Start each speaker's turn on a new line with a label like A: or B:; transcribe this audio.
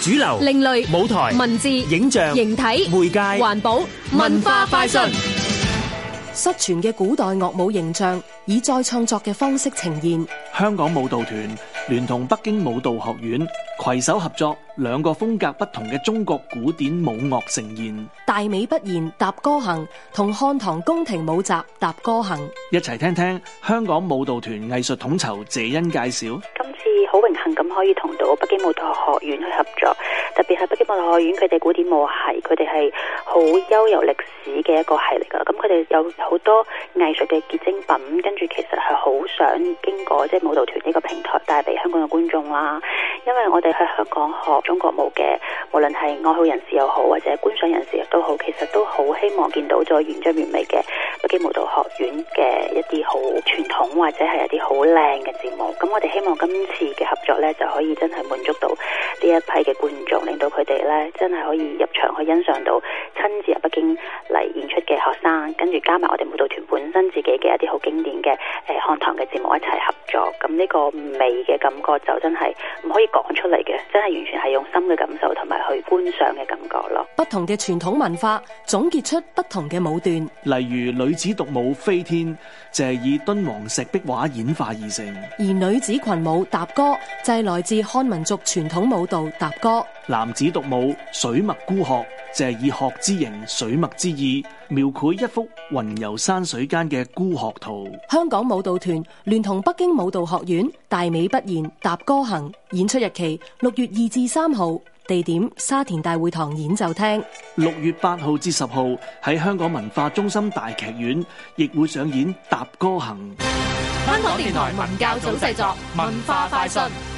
A: 主流、
B: 另類
A: 舞台、
B: 文字、
A: 影像、
B: 形體、
A: 媒介、
B: 環保、文化快訊。
C: 失傳嘅古代樂舞形象，以再創作嘅方式呈現。
D: 香港舞蹈團聯同北京舞蹈學院攜手合作，兩個風格不同嘅中國古典舞樂盛宴，
C: 大美不言踏歌行同漢唐宮廷舞集踏歌行，
D: 一齊聽聽香港舞蹈團藝術統籌謝欣介紹。
E: 今次好榮幸咁可以同到北京舞蹈學院去合作，特別係北京舞蹈學院佢哋古典舞系，佢哋係好悠遊歷史嘅一個系嚟㗎。咁佢哋有好多藝術嘅結晶品，跟住其實係好想經過即係舞蹈團呢個平台帶俾香港嘅觀眾啦。因為我哋喺香港學中國舞嘅，無論係愛好人士又好，或者觀賞人士亦都好，其實都好希望見到咗原汁原味嘅北京舞蹈學院嘅一啲好傳統或者係一啲好靚嘅節目。咁我哋希望今次嘅合作呢，就可以真係滿足到呢一批嘅觀眾，令到佢哋呢真係可以入場去欣賞到親自入北京嚟演出嘅學生，跟住加埋我哋舞蹈團本身自己嘅一啲好經典嘅誒漢唐嘅節目一齊合作。咁呢個味嘅感覺就真係唔可以講出嚟嘅，真係完全係用心嘅感受同埋去觀賞嘅感覺咯。
C: 不同嘅傳統文化總結出不同嘅舞段。
D: 例如女子獨舞飛天，就係、以敦煌石壁畫演化而成。
C: 而女子群舞踏歌就係來自漢民族傳統舞蹈踏歌。
D: 男子獨舞水墨孤鶴，就係、以鶴之形、水墨之意，描繪一幅雲遊山水間嘅孤鶴圖。
C: 香港舞蹈團聯同北京舞蹈學院大美不言踏歌行，演出日期六月二至三號，地點沙田大會堂演奏廳。
D: 六月八號至十號喺香港文化中心大劇院，亦會上演《踏歌行》。
B: 香港電台文教組製作，文化快訊。